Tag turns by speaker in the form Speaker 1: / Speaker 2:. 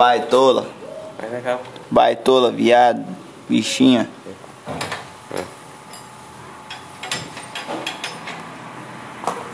Speaker 1: Baitola,
Speaker 2: Mas é calma.
Speaker 1: baitola, viado, bichinha.